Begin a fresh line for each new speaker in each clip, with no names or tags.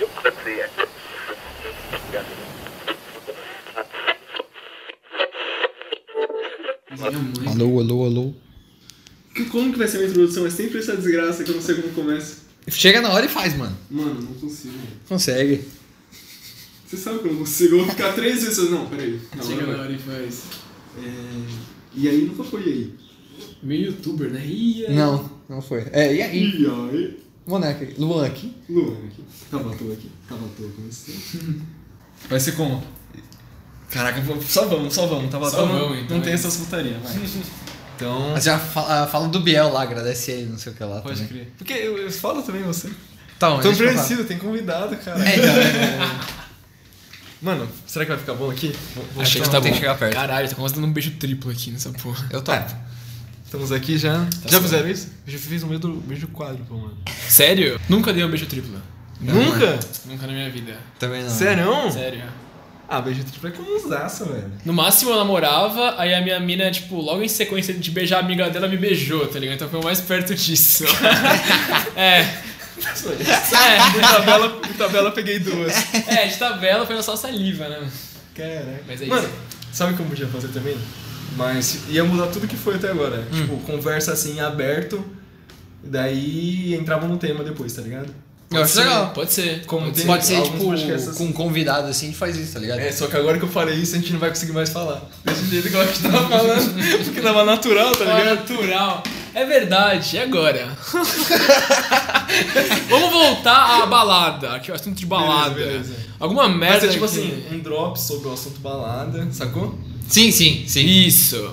acontecer.
Alô, alô, alô.
Que- Como que vai ser a minha introdução? É sempre essa desgraça que eu não sei como começa.
Chega na hora e faz, mano.
Mano, não consigo.
Consegue.
Você sabe que eu não consigo. Eu vou ficar três vezes. Não, peraí. Não,
Chega
não
na
vai.
hora e faz.
É... E aí nunca foi e aí.
Meio youtuber, né? Ih, aí.
Não, não foi. É, e
Hum.
aí?
E aí?
Moneca, Luan aqui.
Luan aqui. Tava à toa aqui. Tava à toa com esse.
Vai ser como? Caraca, vou- só vamos, só vamos. Tava
Só
tão-
vamos,
não,
então,
tem
é.
essas putarias, vai. Então.
Mas já fala, fala do Biel lá, agradece ele, não sei o que lá.
Pode
também.
crer. Porque eu, eu falo também você.
Então,
Tô
deixa eu falar.
preciso, tem convidado, cara.
É, então, é.
Mano, será que vai ficar bom aqui? Vou- vou-
Achei que
então,
tá
tem
bom.
chegar perto.
Caralho, tá quase dando um beijo triplo aqui nessa porra.
Eu tô.
É. Estamos aqui já. já
certo.
fizeram isso? Eu já fiz um meio do beijo quádruplo, mano.
Sério? Nunca dei um beijo triplo.
Nunca?
Nunca na minha vida.
Também não.
Sério?
Hum.
Sério.
Ah, beijo triplo é comunzaço, velho.
No máximo eu namorava, aí a minha mina, tipo, logo em sequência de beijar a amiga dela, me beijou, tá ligado? Então foi o mais perto disso. é.
Por tabela, por tabela eu peguei duas.
É, é, de tabela foi na só saliva, né?
Caraca.
Mas é
Mano, sabe o que eu podia fazer também? Mas ia mudar tudo que foi até agora. Tipo, conversa assim, aberto. Daí entrava no tema depois, tá ligado?
Eu acho legal.
Pode ser.
Como
pode
tem
ser.
Pode ser,
alguns
tipo,
podcasts assim.
com um convidado assim, a gente faz isso, tá ligado?
É, só que agora que eu falei isso, a gente não vai conseguir mais falar. Desse jeito igual a gente tava falando, porque tava natural, tá
Ah,
ligado?
natural. É verdade, e agora? Vamos voltar à balada, aqui o assunto de balada.
Beleza, beleza.
Alguma
Mas
merda
é tipo
que-
assim, um drop sobre o assunto balada, sacou?
Sim, sim, sim.
Isso.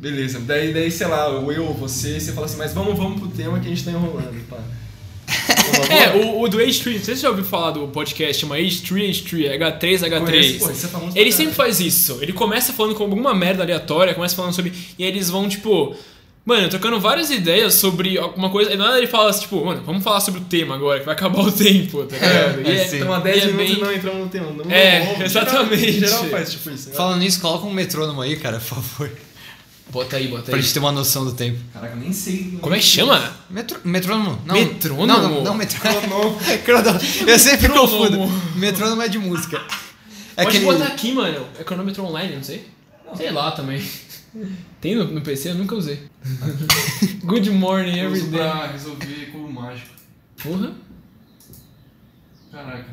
Beleza, daí, daí sei lá, ou eu ou você, você fala assim, mas vamos, vamos pro tema que a gente tá enrolando, pá.
É, o, o do H3, não sei se você já ouviu falar do podcast, chama H3, H3, H3, H3.
Conhece, pô, isso é famoso pra
Ele
caralho.
sempre faz isso. Ele começa falando com alguma merda aleatória, começa falando sobre. E aí eles vão, tipo. Mano, trocando várias ideias sobre alguma coisa. E nada ele fala assim, tipo, mano, vamos falar sobre o tema agora, que vai acabar o tempo, tá ligado? E
É, então há 10
e é
minutos
bem-
e não entramos no tema. Não,
É,
não, não.
exatamente.
Geral, geral faz tipo isso. né?
Falando nisso, coloca um metrônomo aí, cara, por favor.
Bota aí, bota
Pra
aí.
gente ter uma noção do tempo.
Caraca, nem sei.
Como é que chama?
Metro, metrônomo? Não.
Metrônomo?
Não, não, não metrônomo. Cronônomo. Eu sempre confundo. Metrônomo é de música. É
Pode
aquele...
botar aqui, mano. É cronômetro online, não sei. Sei lá também. Tem no, no PC? Eu nunca usei. Good morning,
Eu uso
everyday.
pra resolver cubo mágico.
Porra.
Caraca.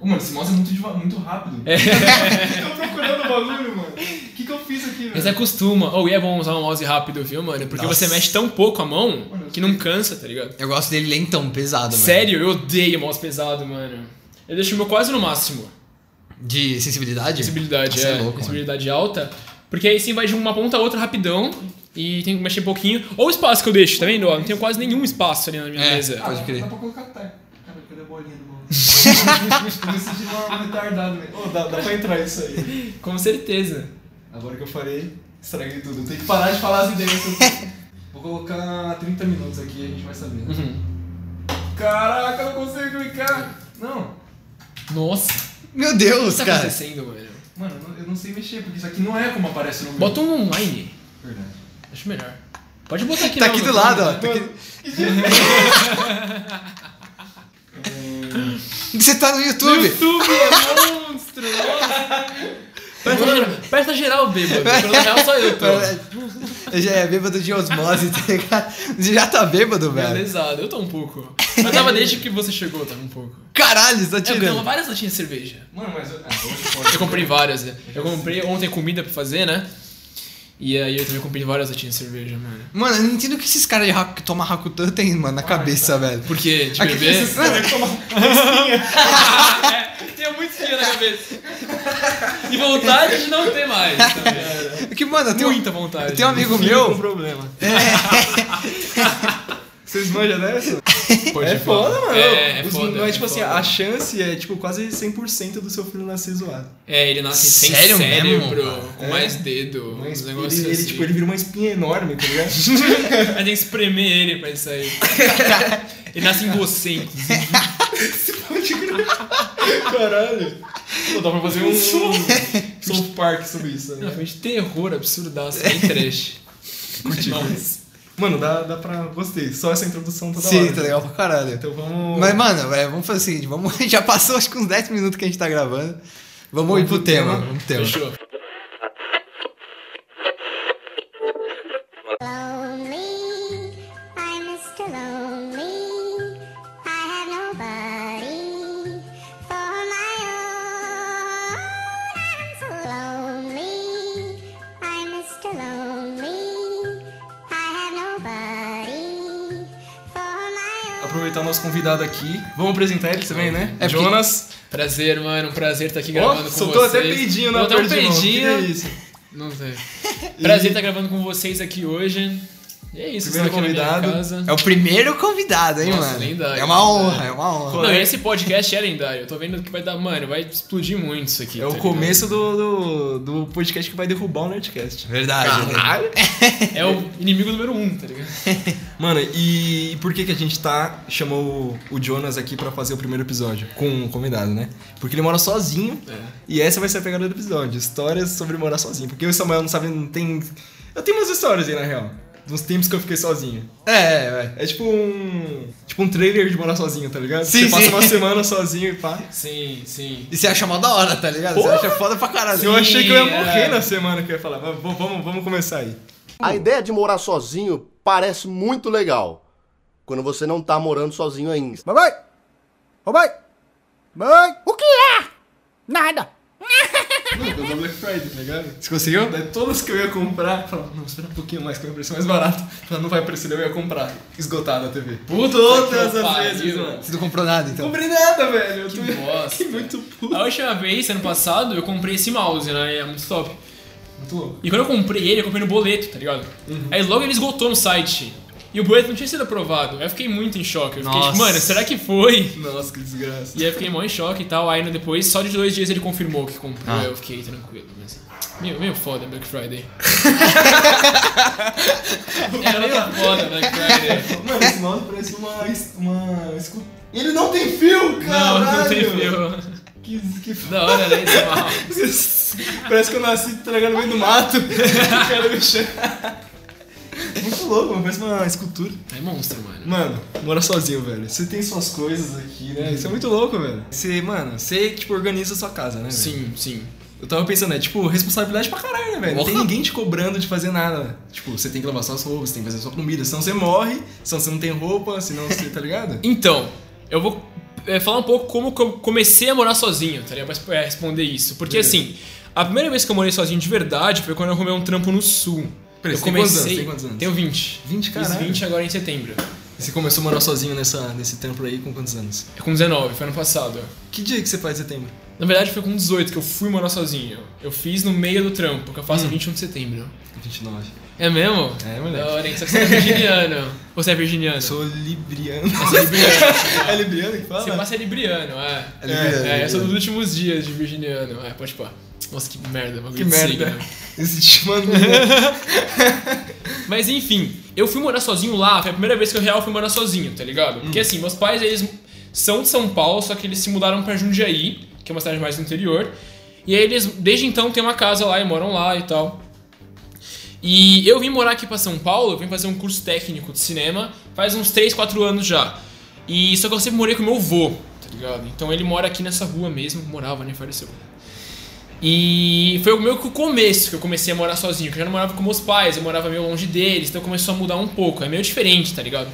Ô, mano, esse mouse é muito, deva- muito rápido.
É.
É,
Eu tô procurando o bagulho, mano. O que, que eu fiz aqui,
Mas é você acostuma. Ou e é bom usar um mouse rápido, viu, mano? Porque
Nossa.
você mexe tão pouco a mão que não cansa, tá ligado?
Eu gosto dele lentão, pesado. mano.
Sério, eu odeio mouse pesado, mano. Eu deixo o meu quase no máximo.
De sensibilidade?
Sensibilidade,
Nossa,
é,
é louco,
sensibilidade alta. Porque aí sim vai de um, uma ponta a outra rapidão e tem que mexer um pouquinho. Ou o espaço que eu deixo, tá vendo? Ó, Não tenho quase nenhum espaço ali na minha
É.
mesa.
Pode crer.
Dá pra colocar até. Cara, cadê a bolinha do mouse?
Eu me senti uma retardado, velho. Ô, dá, dá pra entrar isso aí.
Com certeza.
Agora que eu falei, estraguei tudo. Eu tenho que parar de falar as ideias. Vou colocar 30 minutos aqui e a gente vai saber.
Uhum.
Caraca, eu não consigo clicar. Não,
Nossa,
Meu
o
Deus,
que tá
cara.
acontecendo, mano?
mano, eu não- eu não sei mexer, porque isso aqui não é como aparece no meu.
Bota um online.
Verdade.
Acho melhor. Pode botar aqui
Tá
não,
aqui
não
do
tem
lado, ó.
problema.
Tá aqui... Você tá no YouTube.
YouTube é monstro! Nossa. Presta geral, bêbado. Pelo real só eu tô.
Eu já é bêbado de osmose, tá ligado? Você já tá bêbado, velho.
Belezado, eu tô um pouco. Eu tava desde que você chegou, eu tava um pouco.
Caralho, você tá
É, porque eu
tirando.
tava várias latinhas de cerveja.
Mano, mas. eu- Ah, hoje
Eu
pode.
comprei várias, né? Eu comprei ontem comida pra fazer, né? E aí eu também comprei várias latinhas de cerveja, mano.
Mano, eu não entendo o que esses caras de Haku- que tomam Hakutan tem, mano, na cabeça, velho.
Porque de
Aquele-
bebê.
esses caras que tomam-
é. Tinha muito espinha na cabeça. E vontade de não ter mais. tá
é Que, mano, eu tenho,
Muita vontade.
eu É. tenho um amigo
Com
meu.
problema. Vocês manjam dessa?
Pode
É foda, mano.
É, é
Os-
foda.
Mas, tipo
é
assim,
foda.
a chance é, tipo, quase 100% do seu filho nascer zoado.
É, ele nasce sem
Sério mesmo,
cérebro,
cara?
com
É.
mais dedo,
Mas
uns
ele,
negócios
ele,
assim.
tipo, ele vira uma espinha enorme, tá ligado?
Aí tem que espremer ele pra ele sair. ele nasce em você, inclusive.
Caralho. Pô, dá pra fazer um South Park sobre isso,
Não,
né?
Foi de terror absurdaço, bem trash. Continua.
Mano, dá, dá pra. Gostei. Só essa introdução toda
Sim,
hora.
tá legal pra caralho.
Então vamos.
Mas, mano, é, vamos fazer o seguinte, vamos, já passou acho que uns 10 minutos que a gente tá gravando. Vamos, ir pro tema. Vamos pro tema.
Fechou.
Lonely, I'm Mr. Lonely. I have nobody for my own. I'm so lonely. I'm Mr. Lonely. I have nobody for my own.
Aproveitar o nosso convidado aqui. Vamos apresentar ele também, né?
É porque-
Jonas.
Prazer, mano. Um prazer estar aqui tá
Ó,
gravando com
soltou
vocês.
até peidinho na
Soltou
perna
até um
de mão. Que é
peidinho.
delícia.
Não sei. Prazer estar gravando com vocês aqui hoje. E é isso,
Primeiro
estou aqui na
convidado.
minha casa.
É o primeiro convidado, hein,
Nossa,
mano?
lendário,
é uma
lendário.
honra, é uma honra.
Não, esse podcast é lendário. Eu tô vendo que vai dar, mano, vai explodir muito isso aqui.
É
tá
o
ligado?
começo do, do, do podcast que vai derrubar o Nerdcast.
Verdade. né?
É o inimigo número um, tá ligado?
Mano, e por que, que a gente tá. Chamou o Jonas aqui pra fazer o primeiro episódio com um convidado, né? Porque ele mora sozinho e essa vai ser a pegada do episódio: histórias sobre morar sozinho. Porque o Samuel não sabe, não tem. Eu tenho umas histórias aí na real. Dos tempos que eu fiquei sozinho.
É, é,
É tipo um. Tipo um trailer de morar sozinho, tá ligado?
Sim,
Você passa
sim.
uma semana sozinho e pá.
Sim, sim.
E você acha mó da hora, tá ligado? Você acha foda pra caralho.
Eu achei que eu ia morrer
é.
na semana que eu ia falar. Mas v- vamos, vamos começar aí.
A ideia de morar sozinho parece muito legal. Quando você não tá morando sozinho ainda. Mamãe! Mamãe! Mãe! O que é? Nada!
Mano, deu uma Black Friday, tá ligado?
Você conseguiu?
Daí todas que eu ia comprar, eu falava, não, espera um pouquinho mais que vai aparecer mais barato. Eu falava, não vai aparecer, daí eu ia comprar. Esgotada a TV.
Puta
Todas
que
as
pariu.
vezes, mano.
Você não comprou nada,
Não
então.
comprei nada, velho. Eu
Que
tô-
bosta.
Fiquei muito puto.
A última vez, ano passado, eu comprei esse mouse, né? É muito top.
Muito louco.
E quando eu comprei ele, eu comprei no boleto, tá ligado? Aí logo ele esgotou no site. E o boleto não tinha sido aprovado. Aí eu fiquei muito em choque. Eu fiquei
Nossa.
tipo, mano, será que foi?
Nossa, que desgraça.
E aí eu fiquei mó em choque e tal. Aí no- depois, só de dois dias ele confirmou que comprou. Aí eu fiquei tranquilo. Mas... Meu, meu foda Black Friday. é meio foda Black Friday.
Mano, esse mouse parece uma. es- uma escu- Ele não tem fio,
Não,
caralho!
não tem fio.
Que, que
Da hora, né? Isso é mal.
Parece que eu nasci tragando no meio do mato. Cara, bicho. Muito louco, mano. Parece uma escultura.
É monstro, mano.
Mano, mora sozinho, velho. Você tem suas coisas aqui, né? Isso é muito louco, velho. Você, mano, você, tipo, organiza a sua casa, né? velho?
Sim, sim.
Eu tava pensando, é tipo, responsabilidade pra caralho, né, velho? Não tem
Porra.
ninguém te cobrando de fazer nada. né? Tipo, você tem que lavar suas roupas, você tem que fazer sua comida. Senão você morre, senão você não tem roupa, senão você, tá ligado?
Então, eu vou é, falar um pouco como que eu comecei a morar sozinho, tá ligado? Pra resp- é, responder isso. Porque
Beleza.
assim, a primeira vez que eu morei sozinho de verdade foi quando eu arrumei um trampo no sul.
Peraí,
eu
você tem quantos anos? Tem quantos anos?
Tenho 20.
20,
Fiz
caralho.
20 agora em setembro.
E Você começou a morar sozinho nessa, nesse tempo aí com quantos anos?
É com 19, foi ano passado.
Que dia que você faz setembro?
Na verdade foi com 18 que eu fui morar sozinho. Eu fiz no meio do trampo, que eu faço 21 de setembro.
29.
É mesmo?
Hum. É, moleque.
Da hora, hein? Só que você é virginiano. Ou Você é virginiano?
Sou libriano.
Você é libriano.
é libriano que
Você
fala?
passa libriano, é.
É libriano,
É, eu sou
libriano.
dos últimos dias de virginiano. É, pode pôr. Nossa, que merda. bagulho
Que
de
merda.
signo.
Esse te manda.
Mas enfim, eu fui morar sozinho lá, foi a primeira vez que eu real fui morar sozinho, tá ligado? Porque assim, meus pais, eles são de São Paulo, só que eles se mudaram pra Jundiaí, que é uma cidade mais do interior. E aí eles, desde então, têm uma casa lá e moram lá e tal. E eu vim morar aqui pra São Paulo, eu vim fazer um curso técnico de cinema faz uns 3, 4 anos já. E só que eu sempre morei com meu avô, tá ligado? Então ele mora aqui nessa rua mesmo, morava, nem faleceu. E foi o meu que o começo que eu comecei a morar sozinho, que eu já não morava com meus pais, eu morava meio longe deles, então começou a mudar um pouco, é meio diferente, tá ligado?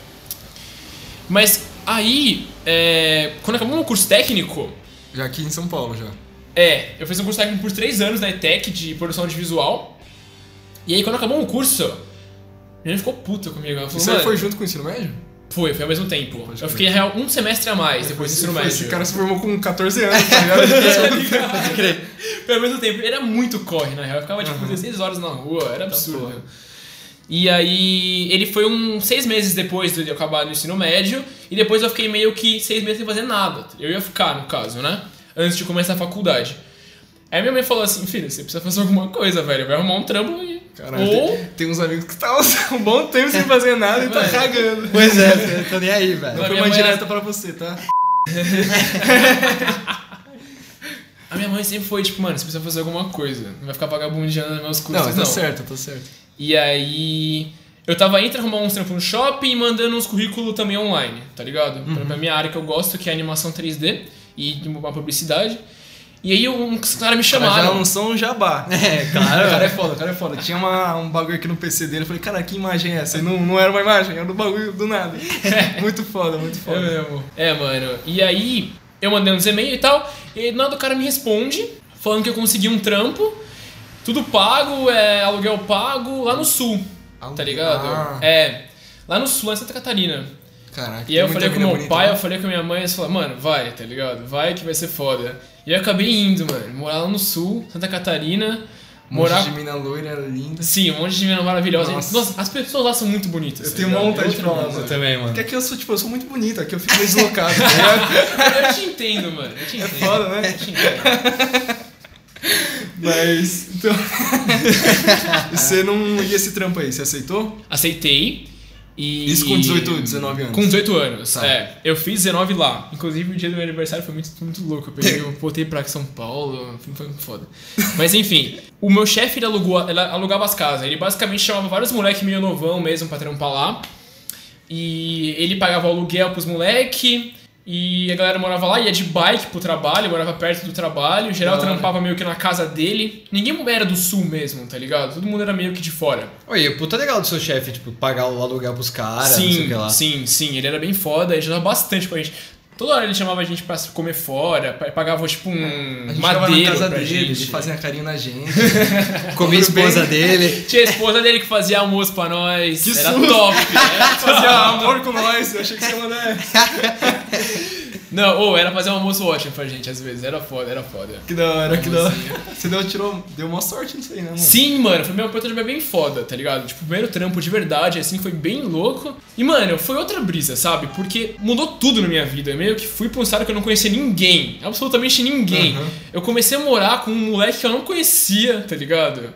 Mas aí, é, quando acabou meu curso técnico,
Já aqui em São Paulo, já.
é, eu fiz um curso técnico por três anos na ETEC de produção de visual. E aí quando acabou o curso, a gente ficou puta comigo. Ela falou,
Você
"Mano,
foi junto com o ensino médio?
foi, foi ao mesmo tempo. Eu
crer.
fiquei na real um semestre a mais depois do ensino médio.
Esse cara se formou com 14 anos, tá ligado?
Pode crer. Foi ao mesmo tempo. Era muito corre, na real. Eu ficava tipo 16 horas na rua, era absurdo. E aí, ele foi um seis meses depois de eu acabar no ensino médio, e depois eu fiquei meio que seis meses sem fazer nada. Eu ia ficar, no caso, né? Antes de começar a faculdade. Aí minha mãe falou assim, filho, você precisa fazer alguma coisa, velho. Vai arrumar um trampo e...
Caralho,
Ou...
tem, tem uns amigos que estavam um bom tempo sem fazer nada e tá
Mano.
cagando.
Pois é, eu tô nem aí, velho.
Não,
Foi
minha
uma
mãe
direta pra você, tá?
A minha mãe sempre foi tipo, mano, você precisa
tá
tá fazer alguma coisa. Não vai ficar vagabundeando nos meus cursos, não.
certo, tá certo.
E aí. Eu tava entre arrumar uns trampos no shopping e mandando uns currículos também online, tá ligado? Pra,
Uhum.
pra minha área que eu gosto, que é animação 3D e uma publicidade. E aí um- uns caras me
Mas já
chamaram.
lançou um jabá. É,
claro.
O cara é foda, o cara é foda. Tinha uma, um bagulho aqui no PC dele. Eu falei, cara, que imagem é essa? E não, não era uma imagem, era um bagulho do nada. Muito foda, muito foda.
É mesmo. É, mano. E aí, eu mandei uns e-mails e tal, e do nada o cara me responde, falando que eu consegui um trampo, tudo pago, é aluguel pago, lá no sul. Tá
Aluguel.
ligado?
Ah.
É. Lá no sul, lá em Santa Catarina.
Caraca.
E aí eu
tem
falei
muita
com
mina
meu
bonita,
pai,
né?
eu falei com minha mãe, eles falaram, mano, vai, tá ligado? Vai que vai ser foda. E aí eu acabei indo, mano. Morar lá no sul, Santa Catarina,
Um monte
morar.
de mina loira, linda.
Sim, um monte de mina maravilhosa.
Nossa.
Nossa, as pessoas lá são muito bonitas.
Eu
tá
tenho uma
ligado?
vontade de
Outro
falar,
mundo.
mano.
também, mano.
Porque aqui eu sou, tipo, eu sou muito bonito, aqui eu fico meio deslocado, tá ligado?
Eu te entendo, mano. Eu te entendo.
Foda, né?
Eu te entendo.
Mas, então... você não... E esse trampo aí, você aceitou?
Aceitei. E...
Isso com 18, 19 anos.
Com 18 anos,
Tá.
é. Eu fiz 19 lá. Inclusive, o dia do meu aniversário foi muito, muito louco. Eu, peguei, eu voltei pra São Paulo, foi- foi muito foda. Mas enfim, o meu chefe ele alugou, ele alugava as casas. Ele basicamente chamava vários moleques meio novão mesmo pra trampar lá. E ele pagava o aluguel pros moleque. E a galera morava lá, ia de bike pro trabalho, morava perto do trabalho. Geral
Da hora.
trampava meio que na casa dele. Ninguém era do sul mesmo, tá ligado? Todo mundo era meio que de fora.
Oi, é puta legal do seu chefe, tipo, pagar o aluguel pros caras, não sei o
Sim,
que lá.
sim, sim. Ele era bem foda, ele ajudava bastante com a gente. Toda hora ele chamava a gente pra comer fora, pa- pagava tipo um
A gente tava na
madeiro
casa
pra
dele,
gente.
ele fazia carinho na gente.
Comi a esposa dele.
Tinha a esposa dele que fazia almoço pra nós. era top, né? era
fazia
top.
amor com nós, eu achei que você ia mandar essa.
Não, ou era fazer um almoço ótimo pra gente às vezes. Era foda, era foda.
Que da hora, que da hora. Você deu, tirou, deu uma sorte nisso aí, né, mano?
Sim, mano, foi meu oportunidade bem foda, tá ligado? Tipo, primeiro trampo de verdade, assim, foi bem louco. E, mano, foi outra brisa, sabe? Porque mudou tudo na minha vida. Eu meio que fui pra um estado que eu não conhecia ninguém. Absolutamente ninguém. Eu comecei a morar com um moleque que eu não conhecia, tá ligado?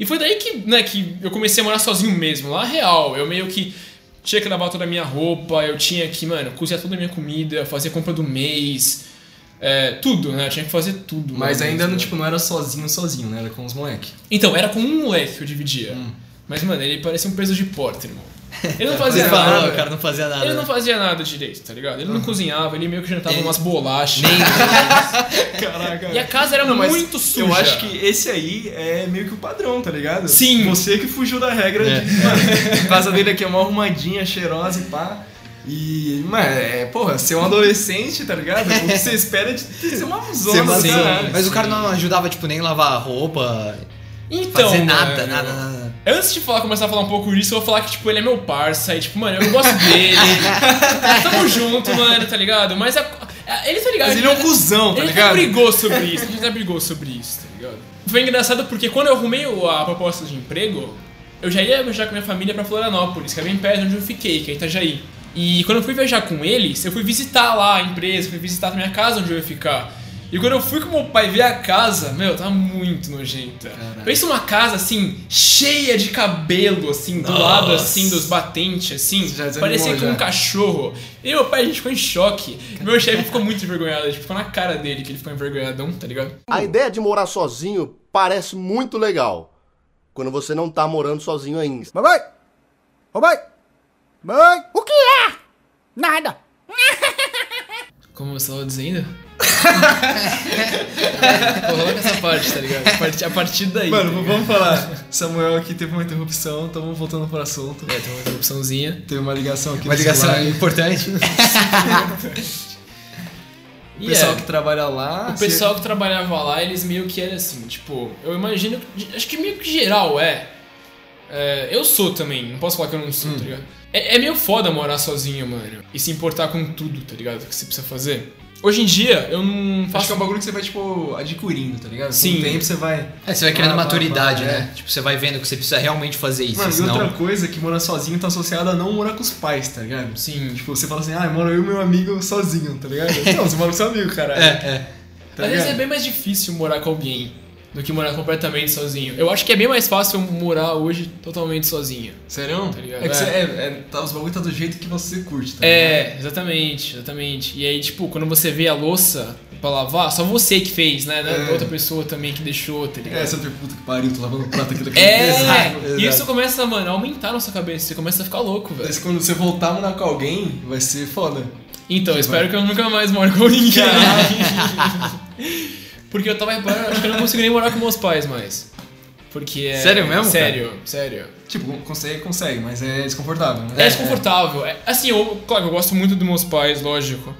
E foi daí que, né, que eu comecei a morar sozinho mesmo, lá real. Eu meio que tinha que lavar toda a minha roupa, eu tinha que, mano, cozinhar toda a minha comida, fazer compra do mês. É, tudo, né? Eu tinha que fazer tudo.
Mas
né,
ainda, não,
mesmo.
tipo, não era sozinho, sozinho, né? Era com os moleques.
Então, era com um moleque que eu dividia.
Hum.
Mas, mano, ele parecia um peso de porta, irmão. Ele
É,
não fazia
Você falou, o
nada.
cara não fazia nada.
Ele não
né?
fazia nada direito, tá ligado? Ele não cozinhava, ele meio que jantava umas bolachas.
Caraca.
E a casa era
Não, mas
muito suja.
Eu acho que esse aí é meio que o padrão, tá ligado?
Sim.
Você que fugiu da regra
É.
de. Mano, a casa dele aqui é uma arrumadinha, cheirosa e pá. E, mano, é, porra, ser um adolescente, tá ligado? O que você espera é de ser uma
Você
zona, tá
fazia-
caralho.
Mas o cara não ajudava, tipo, nem lavar a roupa,
Então,
fazer nada,
é,
mano,
nada, nada.
Antes de falar, começar a falar um pouco disso, eu vou falar que, tipo, ele é meu parça. E, tipo, mano, eu gosto dele. Tamo junto, mano, tá ligado? Mas a, a- ele tá ligado.
Mas ele é um cuzão, tá
Ele
ligado?
já brigou sobre isso, a gente já brigou sobre isso, tá ligado? Foi engraçado porque quando eu arrumei o- a proposta de emprego, eu já ia viajar com a minha família pra Florianópolis, que é bem perto de onde eu fiquei, que é Itajaí. E quando eu fui viajar com eles, eu fui visitar lá a empresa, fui visitar a minha casa onde eu ia ficar. E quando eu fui com meu pai ver a casa, meu, tava muito nojenta. Pensa uma casa assim, cheia de cabelo, assim, do lado assim, dos batentes, assim.
Você já desanimou,
Parecia que um
já.
cachorro. E meu pai, a gente ficou em choque. Meu chefe ficou muito envergonhado. Tipo, ficou na cara dele que ele ficou envergonhadão, tá ligado?
A ideia de morar sozinho parece muito legal quando você não tá morando sozinho ainda.
Mamãe! Mamãe! Mãe! O que é? Nada!
Como você tava dizendo? Coloca essa parte, tá ligado? A partir, a partir daí. tá
Mano,
ligado?
vamos falar. Samuel aqui teve uma interrupção, então vamos voltando pro assunto.
É, tem uma interrupçãozinha.
Teve uma ligação aqui
Uma
no
ligação
celular.
importante.
O
E
pessoal
é,
que trabalha lá.
o pessoal que trabalhava lá, eles meio que era assim, tipo, eu imagino. que- Acho que meio que geral é. É, eu sou também, não posso falar que eu não sou,
Hum.
tá ligado? É, é meio foda morar sozinho, mano. E se importar com tudo, tá ligado? O que você precisa fazer. Hoje em dia, eu não
Acho
faço
que é um bagulho que você vai, tipo, adquirindo, tá ligado? Com
Sim.
o tempo você vai.
É, você vai criando
Ah,
maturidade,
bah, bah,
né? Tipo, você vai vendo que você precisa realmente fazer isso,
Mano, e
senão...
outra coisa é que morar sozinho tá associada a não morar com os pais, tá ligado?
Sim.
Tipo, você fala assim, ah, mora eu e meu amigo sozinho, tá ligado? não, você mora com seu amigo, caralho.
É, é.
Tá
Às vezes é
ligado?
bem mais difícil morar com alguém. do que morar completamente sozinho. Eu acho que é bem mais fácil eu morar hoje totalmente sozinho.
Sério?
Tá ligado?
é que
É.
cê- é, é, tá, os bagulho tá do jeito que você curte, tá?
É, exatamente, exatamente. E aí, tipo, quando você vê a louça pra lavar, só você que fez, né? Não é
É.
Outra pessoa também que deixou, tá
É,
ligado?
essa puta que pariu, tô lavando prato aqui daquele
É,
Exato, exato.
e isso começa, mano, a aumentar na sua cabeça, você começa a ficar louco, velho.
Mas quando você voltar a morar com alguém, vai ser foda.
Então, eu espero que eu nunca mais more com ninguém. Porque eu tava reparando, acho que eu não consigo nem morar com meus pais mais. Porque é.
Sério mesmo, cara?
Sério, sério.
Tipo, consegue, consegue, mas é desconfortável, né?
É, desconfortável. É- assim, eu, claro, eu gosto muito dos meus pais, lógico.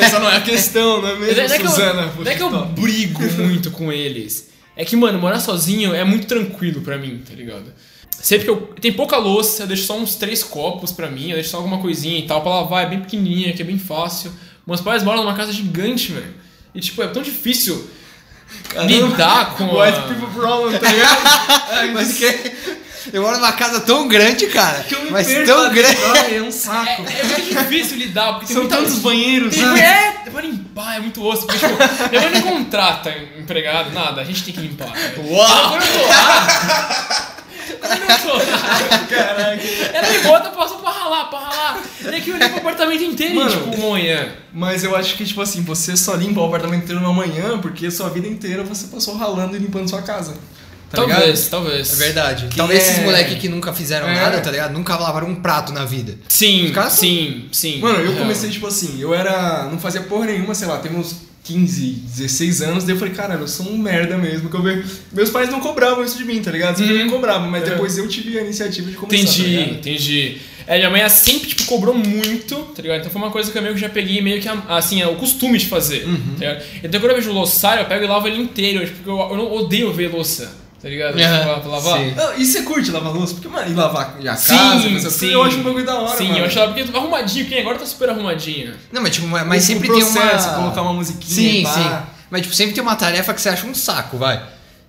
É, essa não é a questão, não é
Mas
mesmo,
é, não é que eu-
Suzana?
não é que eu brigo muito com eles. É que, mano, morar sozinho é muito tranquilo pra mim, tá ligado? Sempre que eu. Tem pouca louça, eu deixo só uns três copos pra mim, eu deixo só alguma coisinha e tal pra lavar, é bem pequenininha, que é bem fácil. Meus pais moram numa casa gigante, velho. E, tipo, é tão difícil lidar com.
White
A...
people problem, tá ligado?
Mas que... Eu moro numa casa tão grande, cara.
É
mas
perco
tão
lá
grande.
dentro, É um saco.
É muito difícil lidar, porque tem
São
muita
Então,
tantos banheiros,
tipo,
Tem
é-
né?
mulher pra limpar, Tipo, é muito osso. Porque, tipo, minha mãe não contrata empregado, nada, a gente tem que limpar. Uau! Quando eu tô lá. Quando eu tô lá. Caraca. Ela me bota, passa pra ralar, pra ralar. E aqui eu limpo o apartamento inteiro,
Mano.
tipo, manhã.
Mas eu acho que, tipo assim, você só limpa o apartamento inteiro na manhã porque sua vida inteira você passou ralando e limpando sua casa. Tá
talvez,
ligado?
talvez.
É verdade. Talvez esses
é-
moleque que nunca fizeram
É.
nada, tá ligado? Nunca lavaram um prato na vida.
Sim,
Cara,
sim, sim.
Mano, eu
É.
comecei, tipo assim, eu era. Não fazia porra nenhuma, sei lá, tem uns 15, 16 anos, daí eu falei, caralho, eu sou um merda mesmo. Que eu ve- Meus pais não cobravam isso de mim, tá ligado? Sempre
Uhum.
não cobravam, mas
É.
depois eu tive a iniciativa de começar.
Entendi,
tá ligado?
entendi. É, minha mãe ela sempre tipo, cobrou muito, tá ligado? Então foi uma coisa que eu meio que já peguei meio que assim, é o costume de fazer.
Uhum.
Tá ligado? Então quando eu vejo o louçário, eu pego e lavo ele inteiro, tipo, porque eu, eu não odeio ver louça, tá ligado? Pra, pra lavar.
sim.
Ah, E você curte lavar louça? Porque, mano, e lavar e a
Sim,
casa, coisa assim,
sim.
eu acho um bagulho da hora,
Sim,
mano.
eu acho ela porque arrumadinho, quem agora tá super arrumadinho.
Não, mas tipo, mas mas
O- o
sempre
Um processo,
tem uma.
colocar uma musiquinha,
Sim,
pá.
sim. Mas tipo, sempre tem uma tarefa que você acha um saco, vai.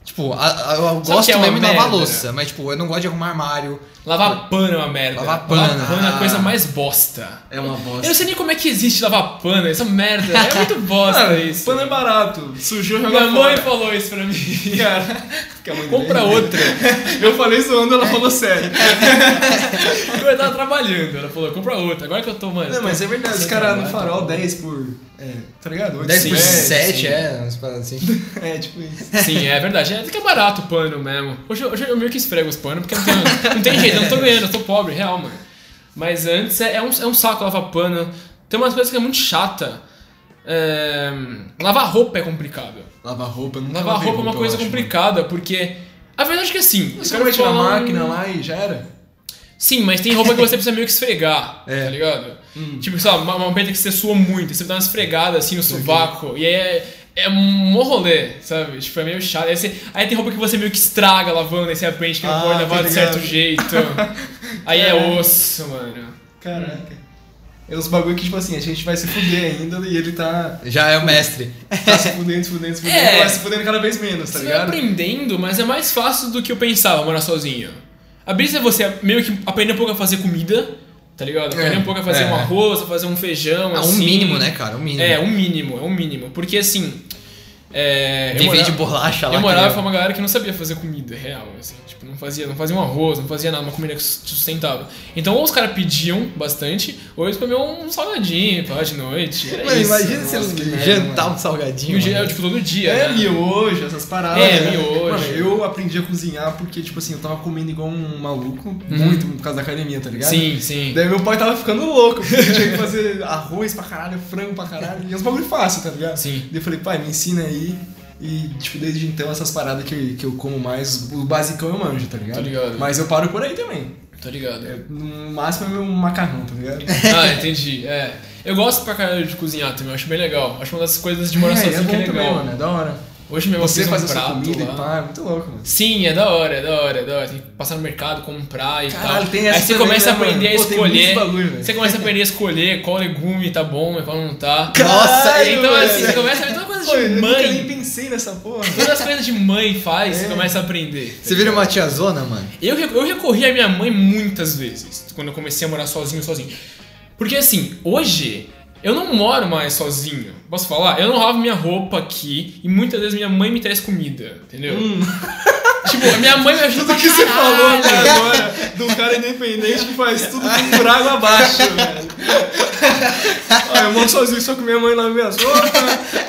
Tipo, a- a- eu
que
gosto
é uma
mesmo de lavar
merda?
louça, mas tipo, eu não gosto de arrumar armário.
Lavar pano é uma merda.
Lavar pano.
é a coisa mais bosta.
É uma
Eu
ah. bosta.
não sei nem como é que existe lavar pano, essa merda. É muito bosta
Mano,
isso.
pano é barato. Sujou, joga
Minha mãe
fora.
falou isso pra mim.
Cara, fica muito
Compra
bem.
outra.
Eu falei zoando, ela falou sério.
Eu tava trabalhando, ela falou, compra outra. Agora que eu tô, mano.
Não, mas é verdade. Os caras no farol, 10 por... É, tá ligado? Oito
10 por
por
7, é, umas paradas assim.
É, tipo isso.
Sim, é verdade. É, que é barato o pano mesmo. Hoje, eu- hoje eu meio que esfrego os panos, porque não tem, não tem jeito, eu não tô ganhando, eu tô pobre, real, mano. Mas antes é, é um, é um saco lavar pano. Tem umas coisas que é muito chata. É, lavar roupa é complicado.
Lavar roupa, não
Lavar roupa é uma coisa complicada, porque. A verdade é que assim.
Você
eu
vai tirar a
falo,
máquina lá e já era?
Sim, mas tem roupa que você precisa meio que esfregar,
É.
tá ligado?
Hum.
Tipo, sabe, uma, uma peita que você sua muito, você dá uma esfregada assim no sovaco, e aí é, é um mó rolê, sabe? Tipo, é meio chato. Aí, você- aí tem roupa que você meio que estraga lavando, aí você aprende que não
Ah,
pode lavar
tá
de
ligado.
certo jeito. aí é osso, mano.
Tá Caraca. É uns bagulho que, tipo assim, a gente vai se fuder ainda e ele tá,
Já é o mestre.
tá se fudendo, se fudendo, se fudendo,
É.
vai se fudendo cada vez menos, tá
Você vai
ligado?
aprendendo, mas é mais fácil do que eu pensava morar sozinho. A brisa é você meio que aprender um pouco a fazer comida, tá ligado? Aprender
É,
um pouco a fazer
é.
um arroz, a fazer um feijão,
Ah, um
assim.
mínimo, né, cara? Um mínimo.
É, um mínimo, é um mínimo. Porque assim. É, eu
Viver
mora-
de bolacha lá. tá
Eu
tá
morava
que
com uma galera que não sabia fazer comida real, assim, tipo, não fazia, não fazia um arroz, não fazia nada, uma comida sustentável. Então ou os caras pediam bastante, ou eles comiam um salgadinho pá, de noite. Era
Mano,
isso.
imagina
Nossa, que
você
merda,
jantar
mano.
um
E
salgadinho.
o dia
mano.
era, tipo todo dia.
É,
né?
miojo, essas paradas.
É,
né?
miojo.
Mano, eu aprendi a cozinhar porque, tipo assim, eu tava comendo igual um maluco, muito por causa da academia, tá ligado?
Uhum. Sim, sim.
Daí meu pai tava ficando louco, porque eu tinha que fazer arroz pra caralho, frango pra caralho, e uns bagulho fácil, tá ligado?
Sim.
Daí eu falei, pai, me ensina aí. E, tipo, desde então, essas paradas que, que eu como mais, o basicão eu manjo, tá ligado?
Tô ligado.
Mas eu paro por aí também.
Tô ligado.
É, No máximo é meu macarrão, tá ligado?
Ah, entendi. É. Eu gosto pra caralho de cozinhar também, eu acho bem legal. Acho uma das coisas de morar
é, é
sozinho
bom
que é legal.
também, mano, é da hora.
Hoje mesmo eu
Você
fiz um
faz a sua
prato
comida
lá.
e pá, é muito louco, mano.
Sim, é da hora, é da hora, é da hora. Tem que passar no mercado, comprar e
Caralho,
tal.
tem essa
Aí você
também,
começa a
né, mano?
aprender a
Pô, tem muito
escolher.
bagulho, velho.
você começa a aprender a escolher qual legume tá bom e qual não tá.
Nossa,
Caralho,
então assim,
velho.
você começa a ver toda coisa
Pô, eu
de
nunca nem
mãe.
pensei É. nessa porra.
Todas as coisas de mãe faz, você começa a aprender. tá
Você vira uma tiazona, mano?
Eu, re- eu recorri à minha mãe muitas vezes, quando eu comecei a morar sozinho, sozinho. Porque assim, hoje Eu não moro mais sozinho. Posso falar? Eu não lavo minha roupa aqui e muitas vezes minha mãe me traz comida, entendeu? tipo, a minha mãe me ajuda Tudo Hum. que você falou né?
Agora, de um cara independente que faz tudo
um
por água abaixo, velho. Ah, eu moro sozinho, só com minha mãe lá minhas roupas.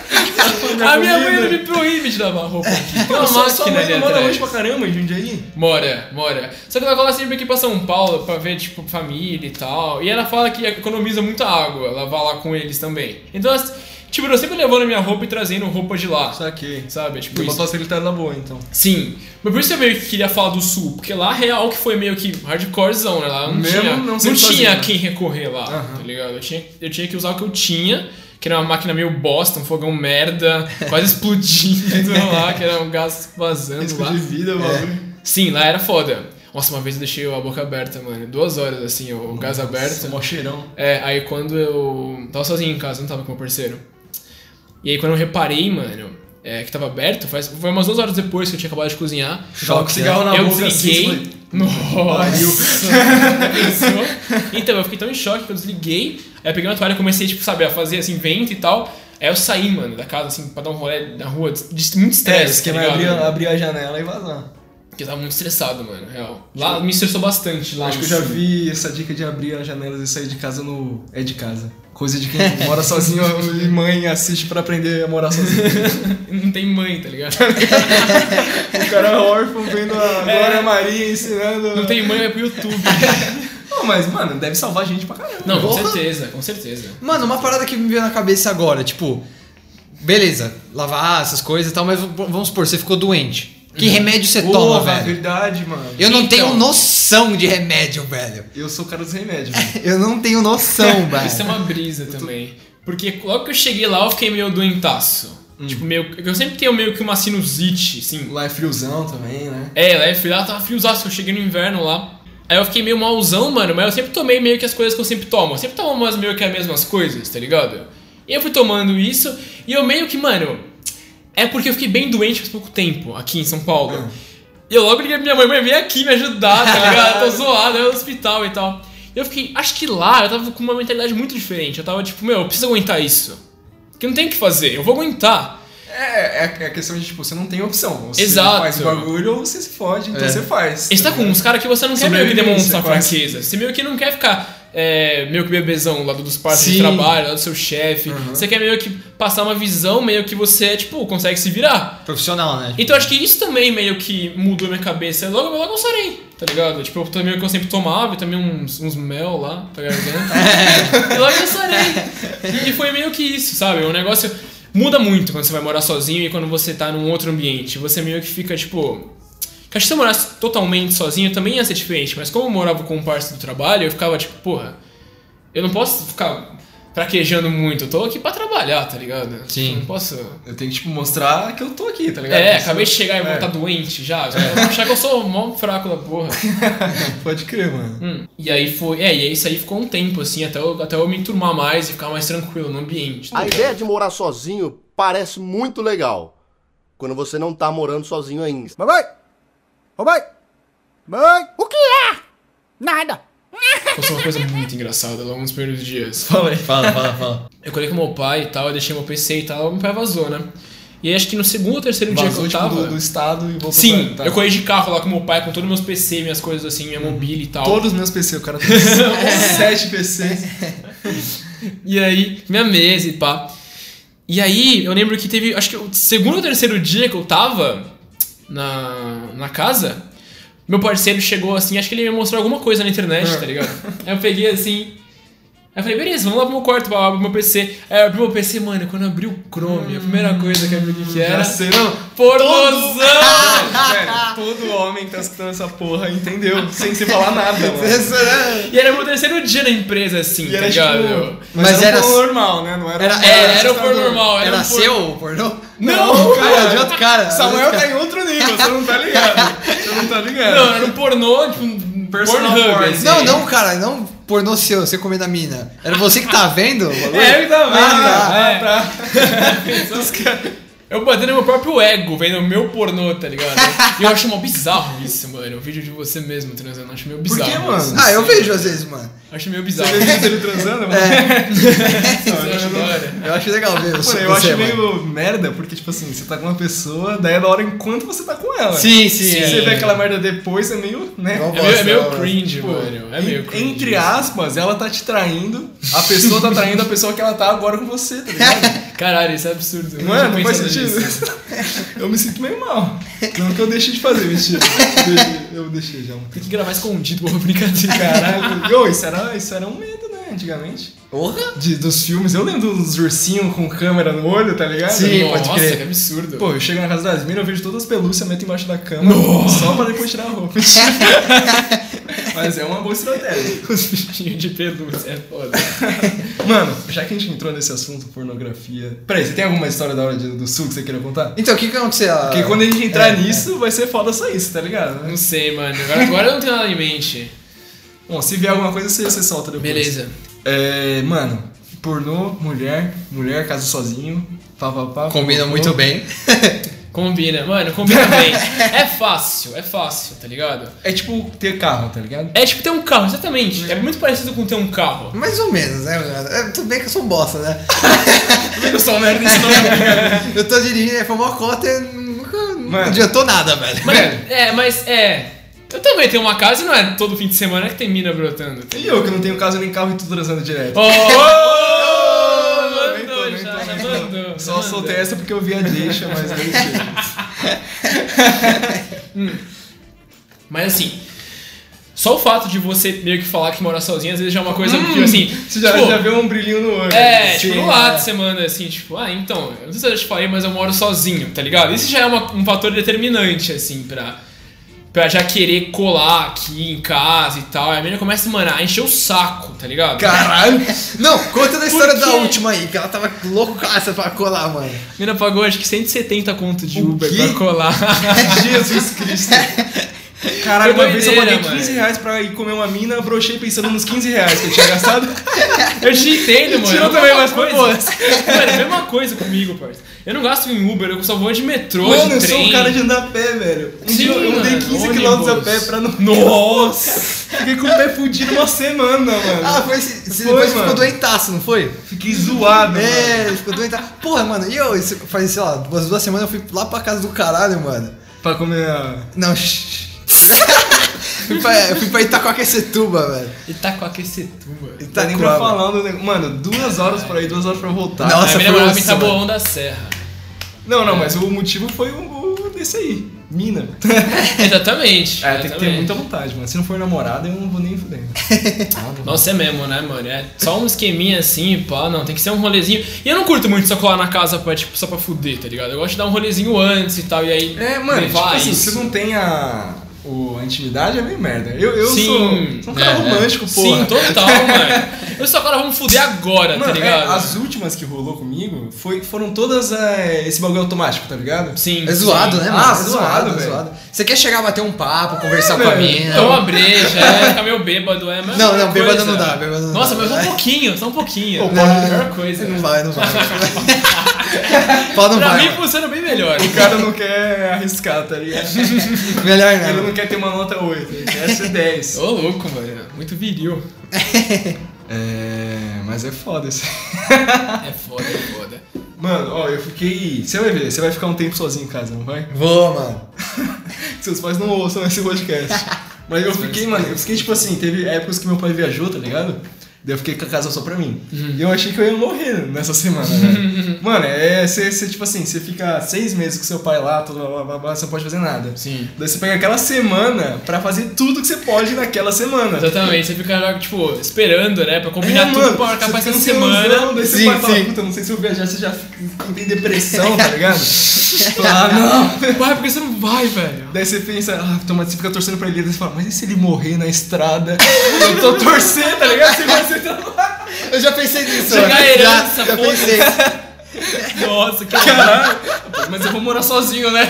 A minha mãe não me proíbe de lavar roupa aqui. Então, Tem É, uma
sua
máquina né,
mãe
ali
não mora
atrás.
longe pra caramba, em Jundiaí?
Mora, mora. Só que ela cola sempre aqui pra São Paulo pra ver, tipo, família e tal. E ela fala que economiza muita água lavar lá com eles também. Então, elas- tipo, eu sempre levando a minha roupa e trazendo roupa de lá.
Saquei.
Sabe? Tipo,
Tu
isso.
botou a secretária na boa, então.
Sim. Mas por isso eu meio que queria falar do Sul, porque lá real que foi meio que hardcorezão, né? Lá não
Mesmo
tinha,
não
não
sendo
tinha
sozinho,
a
né?
quem recorrer lá, tá ligado? Eu tinha, eu tinha que usar o que eu tinha, que era uma máquina meio bosta, um fogão merda, quase explodindo lá, que era um gás vazando
Risco
lá.
de
É.
vida, mano.
Sim, lá era foda. Nossa, uma vez eu deixei a boca aberta, mano. Duas horas, assim, o gás aberto.
Mó cheirão.
É, aí quando eu. Tava sozinho em casa, não tava com meu parceiro. E aí quando eu reparei, mano, é, que tava aberto, faz, foi umas duas horas depois que eu tinha acabado de cozinhar.
Choque,
eu
né? cigarro na
eu
boca,
desliguei.
assim,
Nossa! Pensou? então, eu fiquei tão em choque que eu desliguei. Aí eu peguei uma toalha e comecei, tipo, sabe, a fazer assim, vento e tal. Aí eu saí, mano, da casa, assim, pra dar um rolê na rua, de, de- muito
É,
estresse.
isso que
tá
vai abrir,
ligado?
abrir a janela e vazar.
Porque eu tava muito estressado, mano, real. Lá me estressou bastante lá.
Tipo,
em
Acho que eu já
cima.
vi essa dica de abrir as janelas e sair de casa no. É de casa. Coisa de quem mora sozinho e mãe assiste pra aprender a morar sozinho.
Não tem mãe, tá ligado?
O cara é órfão vendo a Glória Maria ensinando.
Não tem mãe, vai pro YouTube.
Não, mas, mano, deve salvar gente pra caramba.
Não, com
Porra.
certeza, com certeza.
Mano, uma parada que me veio na cabeça agora, tipo, beleza, lavar essas coisas e tal, mas v- vamos supor, você ficou doente. Que remédio você toma,
Porra,
velho?
verdade, mano.
Eu não tenho
Uhum. Então.
noção de remédio, velho.
Eu sou o cara dos remédios, mano.
Eu não tenho noção,
Isso é
velho.
uma brisa também. Porque logo que eu cheguei lá, eu fiquei meio doentaço.
Hum.
Tipo, meio. Eu sempre tenho meio que uma sinusite, assim.
Lá é friozão também, né?
É, lá eu fui lá, tava friozaço, eu cheguei no inverno lá. Aí eu fiquei meio malzão, mano, mas eu sempre tomei meio que as coisas que eu sempre tomo. Eu sempre tomo umas meio que as mesmas coisas, tá ligado? E eu fui tomando isso, e eu meio que, mano. É porque eu fiquei bem doente faz pouco tempo, aqui em São Paulo. E eu logo liguei pra minha mãe, mãe, vem aqui me ajudar, tá ligado? Eu tô zoado, eu no hospital e tal. E eu fiquei, acho que lá eu tava com uma mentalidade muito diferente. Eu tava tipo, meu, eu preciso aguentar isso. Que não tem o que fazer, eu vou aguentar.
É, é, é a questão de, tipo, você não tem opção. Ou Você
Exato.
faz o bagulho ou você se fode, então
É.
você faz.
E Você tá com uns caras que você não quer meio que
Sobrevivência,
demonstrar
quase.
fraqueza. Você meio que não quer ficar é, meio que bebezão lá dos parceiros de
Sim.
trabalho, lá do seu chefe. Você quer meio que passar uma visão meio que você, tipo, consegue se virar.
Profissional, né?
Então acho que isso também meio que mudou minha cabeça. Logo, logo eu sarei, tá ligado? Tipo, eu também o que eu sempre tomava, e também uns, uns mel lá pra garganta. e logo eu sarei. E foi meio que isso, sabe? O negócio muda muito quando você vai morar sozinho e quando você tá num outro ambiente. Você meio que fica, tipo. que Acho que se eu morasse totalmente sozinho também ia ser diferente, mas como eu morava com um parceiro do trabalho, eu ficava tipo, porra, eu não posso ficar fraquejando muito, eu tô aqui pra trabalhar, tá ligado?
Sim.
Eu não posso.
Eu tenho que, tipo, mostrar que eu tô aqui, tá ligado?
É,
Isso-
acabei de chegar e vou
É.
estar doente já. Os caras vão achar que eu sou mó fraco da porra.
Pode crer, mano.
Hum. E aí foi. É, e isso aí ficou um tempo, assim, até eu, até eu me enturmar mais e ficar mais tranquilo no ambiente. Né?
A ideia de morar sozinho parece muito legal quando você não tá morando sozinho ainda.
Mamãe! Ô mãe! Mãe! O que é? Nada!
Aconteceu uma coisa muito engraçada logo nos primeiros dias.
Fala aí. Fala, fala, fala.
Eu colhei com meu pai e tal, eu deixei meu PC e tal, meu pai vazou, né? E aí acho que no segundo ou terceiro
Vazou,
dia que
tipo,
eu tava.
do, do estado e voltou
Sim,
pra... tá. Uhum.
eu corri de carro lá com meu pai, com todos meus PC, minhas coisas assim, minha mobília e tal.
Todos os meus PC, o cara tem
É.
sete PCs.
E aí, minha mesa e pá. E aí, eu lembro que teve, acho que o segundo ou terceiro dia que eu tava na, na casa, meu parceiro chegou assim, acho que ele me mostrou alguma coisa na internet,
É.
tá ligado? Aí eu peguei assim. Aí eu falei, beleza, vamos lá pro meu quarto, pra abrir meu PC. Aí eu abri meu PC, mano, quando eu abri o Chrome, a primeira coisa que eu abri o que que era.
Hum, Já sei, não.
Pornozão!
Velho, todo homem que tá escutando essa porra entendeu, sem se falar nada,
tá
mano.
é-
E era meu terceiro dia na empresa, assim,
E
tá
era,
ligado?
tipo,
Mas era-
um pornô normal, né? Não era,
Era- tipo,
um
É,
cara
era o
assustador.
porno normal, era,
Era
um porno-
seu o pornô?
Não,
cara, era de outro cara. era de
Samuel
outro
tá
cara.
em outro nível, você não tá ligado. Você não tá ligado.
Não, era um pornô, tipo, um
Personal
Pornhub,
porn.
assim.
Não, não, cara, não pornô seu, você comendo a mina.
é,
Era você que tá vendo? o bagulho?
É, eu também.
Ah,
Ah,
tá.
pra... Os caras-
Eu batendo no meu próprio ego, vendo o meu pornô, tá ligado? E eu acho mó bizarro isso, mano. O vídeo de você mesmo transando, eu acho meio
Por
bizarro.
que, mano?
Ah, eu vejo às vezes, mano.
Acho meio bizarro.
Você vê ele
É.
transando, mano?
Eu
né?
acho da hora.
Eu acho legal ver
Mano,
você, é
eu acho
mano.
meio merda, porque, tipo assim, você tá com uma pessoa, daí é da hora enquanto você tá com ela.
Sim, sim.
Se
é.
você vê aquela merda depois, é meio, né?
Não
É meio, é meio
Nossa,
cringe,
Tipo,
mano. É meio cringe.
Entre aspas, ela tá te traindo, a pessoa tá traindo a pessoa que ela tá agora com você, tá ligado?
Caralho, isso é absurdo. Eu
Não é?
tinha
Não faz
pensado
sentido.
nisso.
Eu me sinto meio mal. Não que eu deixei de fazer, mentira. Eu deixei já.
Tem que gravar escondido, porra, brincadeira.
Caralho. Ô, isso era, isso era um medo, né, antigamente.
Porra!
De, dos filmes, eu lembro dos ursinhos com câmera no olho, tá ligado?
Sim,
Nossa.
pode
Nossa,
crer.
que absurdo.
Pô, eu chego na casa das minas, eu vejo todas as pelúcias, meto embaixo da cama, só pra depois tirar a roupa. Mas é uma boa estratégia.
os bichinhos de pelúcia, é foda.
Mano, já que a gente entrou nesse assunto, pornografia. Peraí, você tem alguma história da hora de- do sul que você queira contar?
Então, o que que aconteceu?
Porque quando a gente entrar
É,
nisso, vai ser foda só isso, tá ligado?
Não sei, mano. Agora, agora eu não tenho nada em mente.
Bom, se vier alguma coisa, você, você solta depois.
Beleza.
É, mano, pornô, mulher, mulher, casa sozinho, pá, pá, pá,
Combina
pornô.
muito bem.
Combina, mano, combina bem. É fácil, é fácil, tá ligado?
É tipo ter carro, tá ligado?
É tipo ter um carro,
Uhum.
exatamente. É muito parecido com ter um carro.
Mais ou menos, né? É, Tudo bem que eu sou um bosta, né?
Eu sou merda nisso, não.
Eu tô dirigindo, aí foi uma cota e nunca não
Mano.
adiantou nada, velho.
Mas, é, mas é. Eu também tenho uma casa e não é todo fim de semana que tem mina brotando.
E eu que não tenho casa nem carro e tô transando direto.
Oh!
nem tô,
mandou,
nem
já,
tô,
já
nem tô.
mandou.
Só
mandou.
soltei essa porque eu vi a deixa, mas não mentira.
Mas assim, só o fato de você meio que falar que mora sozinho, às vezes já é uma coisa que, assim.
Hum. Você já,
tipo,
já viu um brilhinho no olho.
É,
Sim.
tipo, no lado de semana, assim, tipo, ah, então, eu não sei se eu já te falei, mas eu moro sozinho, tá ligado? Isso já é uma- um fator determinante, assim, pra, pra já querer colar aqui em casa e tal. Aí a menina começa, mano, a encher o saco, tá ligado?
Caralho! Não, conta da história
quê?
da última aí, que ela tava loucaça pra colar, mano.
A menina pagou acho que 170 conto de Uber
quê?
pra colar.
Jesus Cristo. Caralho,
Foi
uma vez eu
doideira,
paguei 15
mano.
reais pra ir comer uma mina, brochei pensando nos 15 reais que eu tinha gastado.
Eu te entendo, mano.
Tirou
é a
também,
mesma
mas foi
coisa. Mano, é a mesma coisa comigo, parça. Eu não gasto em Uber, eu só vou de metrô,
Mano,
de
eu
trem.
sou um cara de andar a pé, velho. Um
Sim,
dia eu andei
mano,
15
ônibus.
quilômetros a pé pra não.
Nossa!
Fiquei com o pé fudido uma semana, mano.
Ah, foi esse. esse
Foi,
depois
mano.
ficou doentaço, não foi?
Fiquei zoado, mano.
É, ficou doentaço. Porra, mano, e eu, isso faz, sei lá, duas, duas semanas eu fui lá pra casa do caralho, mano.
Pra comer a.
Não, shh. fui pra, eu fui pra Itacoaquecetuba, velho.
E tá com aquecetuba.
Não Tá nem pra falar do negócio. Mano, duas horas pra ir, duas horas pra voltar.
Nossa,
a
foi
menina morava em
osso,
Taboão da Serra.
Não, não, mas o motivo foi o, o desse aí. Mina.
Exatamente.
É, tem que ter
exatamente.
muita vontade, mano. Se não for namorada, eu não vou nem fudendo.
Nossa, é mesmo, né, mano? É só um esqueminha assim, pá, não, tem que ser um rolezinho. E eu não curto muito só colar na casa pra, tipo, só pra fuder, tá ligado? Eu gosto de dar um rolezinho antes e tal, e aí.
É, mano, tipo
levar
assim,
isso.
se não tem a, o, a intimidade, é meio merda. Eu, eu
Sim,
sou, sou um cara
é, é.
romântico, pô.
Sim, total, mano. Eu só agora vamos fuder agora,
Mano,
tá ligado?
é, as últimas que rolou comigo foi, foram todas é, esse bagulho automático, tá ligado?
Sim.
É zoado,
sim.
né,
Ah,
mano? é
zoado,
zoado,
velho.
Você quer chegar, bater um papo, conversar com a
velho.
mina.
Toma breja, é, fica meio bêbado, é, mas.
Não, não,
é
bêbado
coisa.
não dá, bêbado não
Nossa,
dá.
mas só um pouquinho, só um pouquinho.
Não,
é a melhor coisa.
Não vai, não vai. Pode não
pra
vai.
mim funciona bem melhor.
O cara não quer arriscar, tá ligado?
mano. Melhor
Ele
não.
não quer ter uma nota 8, ele quer ser 10.
Ô, louco, mano. Muito viril.
É, mas é foda isso.
É foda, é foda.
Mano, ó, eu fiquei. Você vai ver, você vai ficar um tempo sozinho em casa, não vai?
Vou, mano.
Seus pais não ouçam esse podcast. Mas eu fiquei, mano, eu fiquei tipo assim, teve épocas que meu pai viajou, tá ligado? Daí eu fiquei com a casa só pra mim. E eu achei que eu ia morrer nessa semana, né? Mano, é. Você, você, tipo assim, você fica seis meses com seu pai lá, tudo, blá, blá, blá, você não pode fazer nada.
Sim.
Daí você pega aquela semana pra fazer tudo que você pode naquela semana.
Exatamente, você fica, lá, tipo, esperando, né? Pra combinar tudo pra marcar pra
É, você
essa
fica ansiosão,
semana.
Daí você
Sim,
vai falar,
sim.
puta, não sei se eu viajar, você já fica- tem depressão, tá ligado? Fala, ah, não.
Pai, por que você não vai, velho?
Daí você pensa, ah, toma, você fica torcendo pra ele, daí você fala, mas e se ele morrer na estrada? Eu tô torcendo, tá ligado? Você vai ser
Eu já pensei nisso.
Chegar
mano.
a herança,
já, já
porra.
pensei.
Nossa, que
Caralho.
Mas eu vou morar sozinho, né?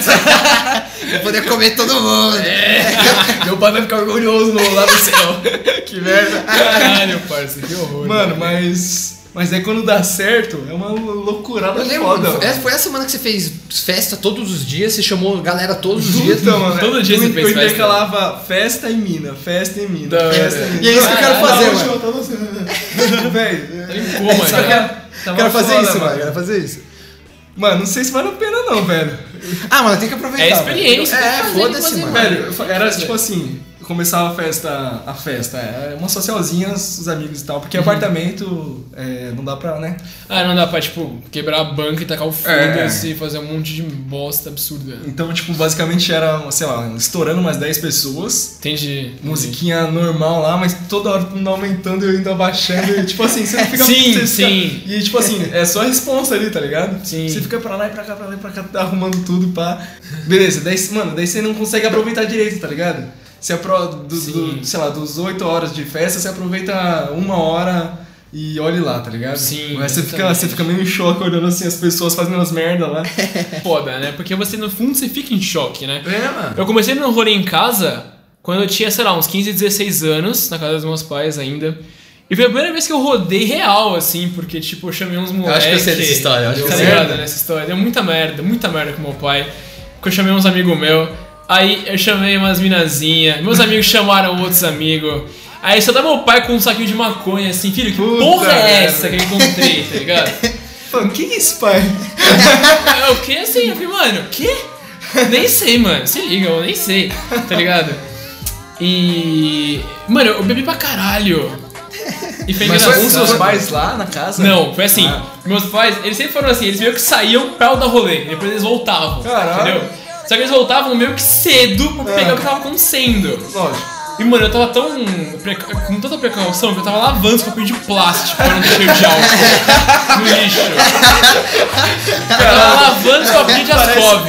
Vou poder comer todo mundo.
Meu pai vai ficar orgulhoso no, lá no céu. que merda.
Caralho, parça, que horror.
Mano, mas
Mas aí quando dá certo, é uma loucurada
Eu lembro, é
foda.
foi-
mano.
essa- foi essa semana que você fez festa todos os dias, você chamou galera todos os dias.
Então,
Puta, mano.
Todo dia
eu,
você fez
eu
festa.
intercalava festa em mina, festa em mina,
Da-
festa em mina.
E é isso que eu quero fazer, mano. É
mano. Velho,
Tem
é
como,
Essa-
cara.
tava
Quero fazer
foda,
isso, mano. Quero fazer isso.
Mano, não sei se vale a pena não, velho.
Ah, mano, tem que aproveitar.
É
velho.
experiência, tem que
É,
fazer,
foda-se,
fazer,
mano.
Velho, eu fa- era tipo assim, começava a festa, a festa, é, uma socialzinha, os amigos e tal, porque apartamento é, não dá pra, né?
Ah, não dá pra, tipo, quebrar a banca e tacar o
É.
foda-se e fazer um monte de bosta absurda.
Então, tipo, basicamente era, sei lá, estourando umas 10 pessoas,
Entendi.
musiquinha normal lá, mas toda hora tudo aaumentando e eu indo abaixando, e tipo assim, você não fica...
Sim,
você fica-
sim.
e tipo assim, é só a responsa ali, tá ligado?
Sim.
Você fica pra lá e pra cá, pra lá e pra cá, tá arrumando tudo, pá. Beleza, daí, mano, daí você não consegue aproveitar direito, tá ligado? Você apro do, do- sei lá, dos 8 horas de festa, você aproveita uma hora e olhe lá, tá ligado?
Sim,
Mas você fica,
exatamente.
você fica meio em choque olhando assim as pessoas fazendo as merda lá.
Foda, né? Porque você, no fundo, você fica em choque, né?
É, mano.
Eu comecei no rolê em casa quando eu tinha, sei lá, uns 15, 16 anos, na casa dos meus pais ainda. E foi a primeira vez que eu rodei real, assim, porque, tipo, eu chamei uns moleques.
acho que eu sei dessa história, eu acho que
tá
eu sei.
ligado nessa história? Deu muita merda, muita merda com meu pai. Porque eu chamei uns amigos meu. Aí eu chamei umas minazinhas. Meus amigos chamaram outros amigos. Aí só dá meu pai com um saquinho de maconha, assim, filho, que
Puta
porra é
merda.
essa que eu encontrei, tá ligado?
Mano, que isso, pai?
É o que assim? Eu falei, mano, o quê? Nem sei, mano. Se liga, eu nem sei, tá ligado? E. Mano, eu bebi pra caralho. E foi Mas
Mas foi
É engraçado.
com seus
pais lá na casa?
Não, foi assim.
Ah.
Meus pais, eles sempre foram assim, eles meio que saíam pra o dar rolê, depois eles voltavam.
Caralho.
Entendeu? Só que eles voltavam meio que cedo pra pegar o que tava acontecendo.
Lógico.
E, mano, eu tava tão. preca- com tanta precaução que eu tava lavando os copinhos um de plástico pra não ter cheio de álcool no lixo. Eu tava lavando os copinhos de Ascov.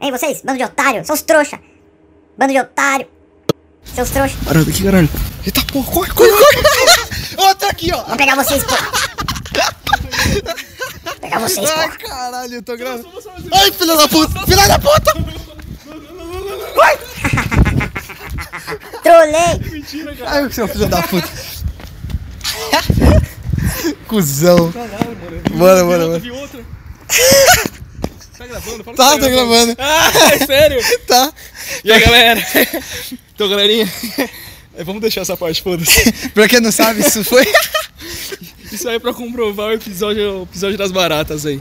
Ei, vocês, bando de otário, seus trouxa. Bando de otário, seus trouxa.
Caralho, que caralho.
Eita porra, corre, corre, corre! Ó, tá aqui, ó!
Vou pegar vocês, porra. Vou pegar vocês, porra.
Ai, caralho, eu tô gravando. Ai, filha da puta! Filha da puta!
Trolei.
Ai, seu filho da puta! Cusão! Mano, mano, mano. Tá, tô gravando.
né? Ah, é Sério?
Tá.
E aí, galera? Então, galerinha, é, vamos deixar essa parte, foda-se.
Pra quem não sabe, isso foi.
Isso aí é pra comprovar o episódio, o episódio das baratas aí.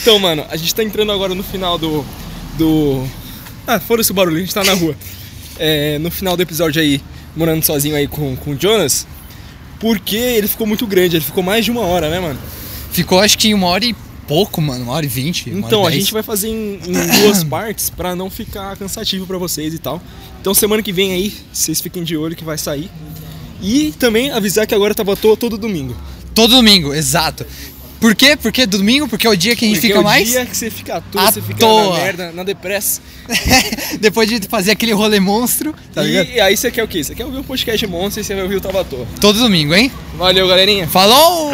Então, mano, a gente tá entrando agora no final do. do... Ah, foda-se o barulho, a gente tá na rua. É, no final do episódio aí, morando sozinho aí com, com o Jonas. Porque ele ficou muito grande, ele ficou mais de uma hora, né, mano?
Ficou acho que uma hora e pouco, mano. Uma hora e vinte. uma
Então,
hora e
a
dez.
gente vai fazer em, em duas partes pra não ficar cansativo pra vocês e tal. Então, semana que vem aí, vocês fiquem de olho que vai sair. E também avisar que agora tava à toa todo domingo.
Todo domingo, exato. Por quê? Porque domingo, porque é o dia que a gente
Porque
fica
é o
mais.
dia que você fica à toa,
À
você fica
toa.
na merda, na depressa.
Depois de fazer aquele rolê monstro, tá ligado?
e, aí você quer o quê? Você quer ouvir um podcast monstro e você vai ouvir o Tava à toa.
Todo domingo, hein?
Valeu, galerinha.
Falou!